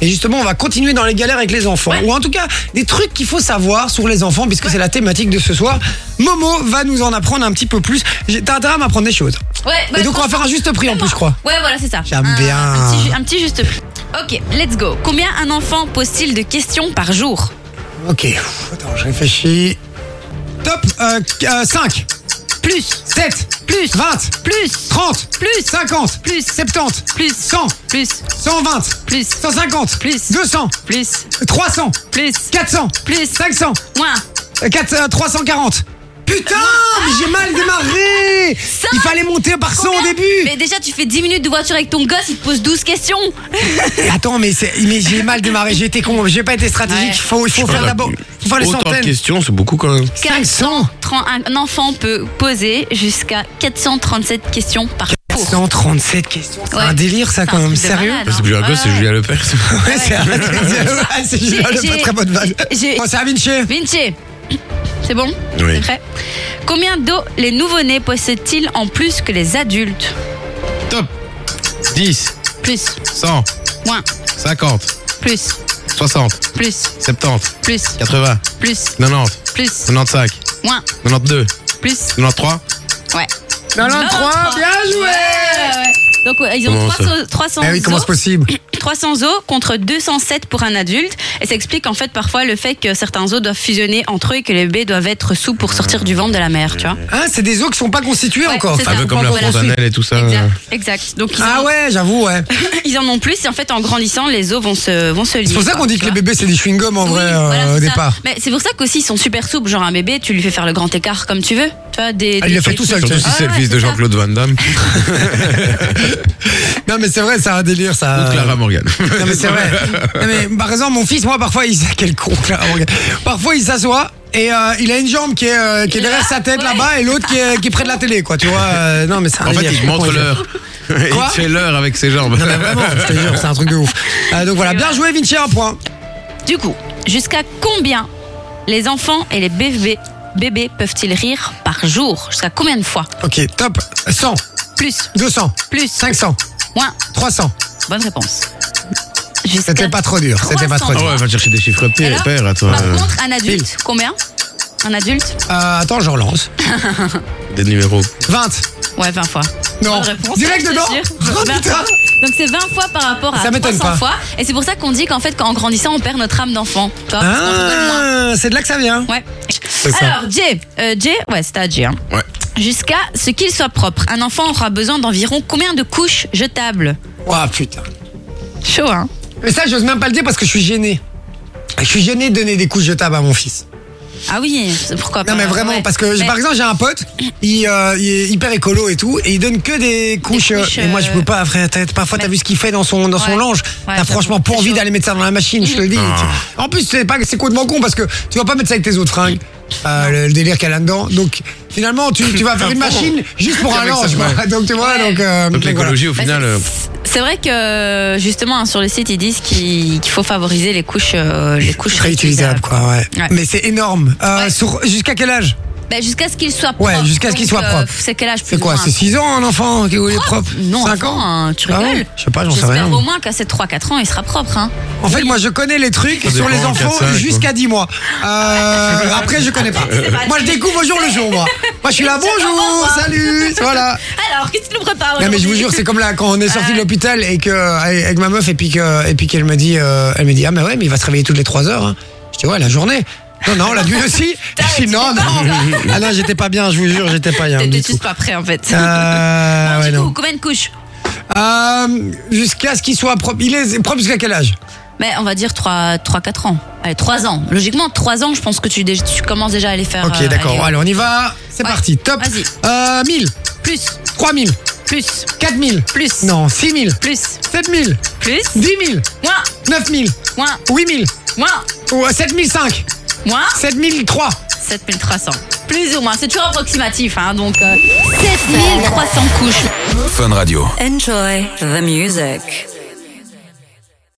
Et justement, on va continuer dans les galères avec les enfants. Ou en tout cas, des trucs qu'il faut savoir sur les enfants, puisque c'est la thématique de ce soir. Momo va nous en apprendre un petit peu plus. J'ai- T'as intérêt à m'apprendre des choses. Ouais, bah, Et donc, on va faire un juste prix en plus, je crois. Ouais, voilà, c'est ça. J'aime Un- bien. Un petit, ju- un petit juste prix. Ok, let's go. Combien un enfant pose-t-il de questions par jour Ok, Pff, attends, je réfléchis. Top euh, 5, Plus, 7, plus, 20, plus, 30, plus, 50, plus, 70, plus, 100, plus, 120, plus, 150, Plus. 200, plus, 300, plus, 400, plus, 500, moins. euh, quatre- euh, 340. Putain, Ah mais j'ai mal démarré Il fallait monter par 100 au Combien début Mais déjà, tu fais 10 minutes de voiture avec ton gosse, il te pose 12 questions. Et Attends, mais, c'est- mais j'ai mal démarré, j'ai été con, j'ai pas été stratégique. Ouais. Il faut, il faut faire d'abord. Il faut faire les Autant de centaines. questions, c'est beaucoup quand même. 500 Tren- Un enfant peut poser jusqu'à 437 questions par jour. 137 questions. C'est Ouais. un délire, ça, C'est un quand même. truc de Sérieux malade, Bah, C'est hein. plus un gosse, c'est Ouais. Julien Lepers. Ouais, c'est un mec qui dit, Ah, c'est Julien, J'ai- le pas j'ai- très bonne vanne. j'ai- Bon, c'est à Vinci. Vinci, c'est bon Oui. C'est prêt Combien d'eau les nouveau-nés possèdent-ils en plus que les adultes Top 10, Plus, 100, moins, 50, plus, 60, plus, 70, plus, 80, plus, 90, plus, 95, Hmm. moins, 92, plus. 93. Ouais. 93, bien joué Ouais, ouais. Donc ouais, ils ont Comment ça 300, 300 Eh oui, comment os. c'est possible 300 os contre 207 pour un adulte. Et ça explique en fait parfois le fait que certains os doivent fusionner entre eux et que les bébés doivent être sous pour sortir du ventre de la mère, tu vois. Hein, c'est des os qui sont pas constitués Ouais, encore. c'est Un ça. peu comme la Voilà. fontanelle et tout ça. Exact. exact. Donc ils, Ah en, ouais, j'avoue, ouais. ils en ont plus et en fait en grandissant les os vont se vont se lier. C'est pour ça qu'on dit que les bébés, c'est des chewing-gums en vrai, euh, au départ. Mais c'est pour ça qu'aussi ils sont super souples. Genre un bébé, tu lui fais faire le grand écart comme tu veux. Tu vois, des, Ah, il des- le fait des- tout seul, Surtout tu sais. si c'est le ouais, fils de c'est ça. Jean-Claude Van Damme Non, mais c'est vrai, c'est un délire, ça. ou de Clara Morgan. Euh, Non, mais c'est vrai. Non, mais par exemple, mon fils, moi, parfois, il. Quel con, Clara Morgan. Parfois, il s'assoit. Et euh, il a une jambe qui est, euh, qui est derrière Là, sa tête ouais. là-bas et l'autre qui est, qui est près de la télé, quoi, tu vois. euh, non, mais c'est un En fait, délire, il je te comprends, montre il fait- l'heure. Il Quoi te fait l'heure avec ses jambes. Non, mais vraiment, je te jure, c'est un truc de ouf. Euh, donc voilà, bien joué, Vinci, un point. Du coup, jusqu'à combien les enfants et les bébés bébés peuvent-ils rire par jour Jusqu'à combien de fois Ok, top. 100, Plus, 200, plus, 500, moins. 300. Bonne réponse. Jusqu'à- C'était pas trop dur, c'était pas trop Ah dur. ouais, va chercher des chiffres petits, Alors, père. Attends, Par euh, contre, un adulte, combien Un adulte Euh, attends, je relance. des numéros. 20. Ouais, 20 fois. Non. Bonne réponse, Oh, Direct je te dedans. jure. Oh 20 putain. fois. Donc c'est 20 fois par rapport à Ça m'étonne 300 pas. fois. Et c'est pour ça qu'on dit qu'en fait, en grandissant, on perd notre âme d'enfant. Tu vois, parce qu'on rigole moins. Ah, c'est de là que ça vient. Ouais. ça. Alors, Jay, euh, Jay, ouais, c'était à Jay. hein. Ouais. Jusqu'à ce qu'il soit propre, un enfant aura besoin d'environ combien de couches jetables Ouah, Ah, putain. Chaud, hein Mais ça, j'ose même pas le dire parce que je suis gêné. Je suis gêné de donner des couches jetables à mon fils. Ah oui, c'est- pourquoi pas Non, mais vraiment, ouais. parce que j'ai- Mais- par exemple, j'ai un pote, il, euh, il est hyper écolo et tout, et il donne que des couches. euh, couches, et moi, je euh, peux pas, frère. t'as- Parfois, t'as mais- vu ce qu'il fait dans son, dans son Ouais. linge. Ouais, t'as j'avoue, franchement pas c'est envie chaud. d'aller mettre ça dans la machine, je te le dis. En plus, c'est pas, c'est complètement con parce que tu vas pas mettre ça avec tes autres fringues. Euh, le, le délire qu'elle a là-dedans. Donc, finalement, tu, tu vas faire une machine juste pour un Avec ça, linge. ouais. quoi. Donc, tu vois, Ouais. donc. euh, Donc donc, voilà. l'écologie, au Bah, final. c'est- euh, C'est vrai que justement hein, sur le site ils disent qu'il qu'il faut favoriser les couches, euh, les couches réutilisable quoi ouais. Ouais. mais c'est énorme Euh, Ouais. sur jusqu'à quel âge Bah, jusqu'à ce qu'il soit Ouais, propre. jusqu'à ce qu'il Donc, soit euh, propre. C'est quel âge plus c'est ou quoi moins c'est 6 ans un enfant qui est propre Ah, Non, 5 ans hein, tu Ah ouais rigoles je sais pas j'en sais J'espère rien au moins qu'à ses 3-4 ans il sera propre. Hein. en fait moi je connais les trucs Ça sur les dépend, enfants 4-5, jusqu'à 10 mois Ah. Euh, après je connais pas pas- moi je découvre au jour le jour moi moi je suis là bonjour salut voilà Alors qu'est-ce que tu nous prépares Non mais je vous aujourd'hui jure, c'est comme là quand on est sorti de l'hôpital et que euh, avec ma meuf et puis que et puis qu'elle me dit euh, elle me dit ah mais ouais mais il va se réveiller toutes les 3 heures. hein. Je dis ouais la journée. Non non la nuit aussi. Je dis non non. Ah non j'étais pas bien, je vous jure j'étais pas bien. T'es du t'es tout. juste pas prêt en fait. Euh, ouais, du coup, non. combien de couches Euh, jusqu'à ce qu'il soit propre. Il est propre jusqu'à quel âge Mais on va dire 3-4 ans. Allez, 3 ans. Logiquement, 3 ans, je pense que tu, dé- tu commences déjà à les faire. Ok euh, d'accord. Allez aller- on y va. C'est Ouais. parti. Top. Vas-y. Euh, 1000, Plus, 3000, plus, 4000, plus. non 6000, Plus, 7000, plus. 10000, Moins, 9000, moins, 8000, moins, ou euh, 7005, moins. 7003. 7300. Plus ou moins. C'est toujours approximatif, hein, donc. euh, 7300 couches. Enjoy the music.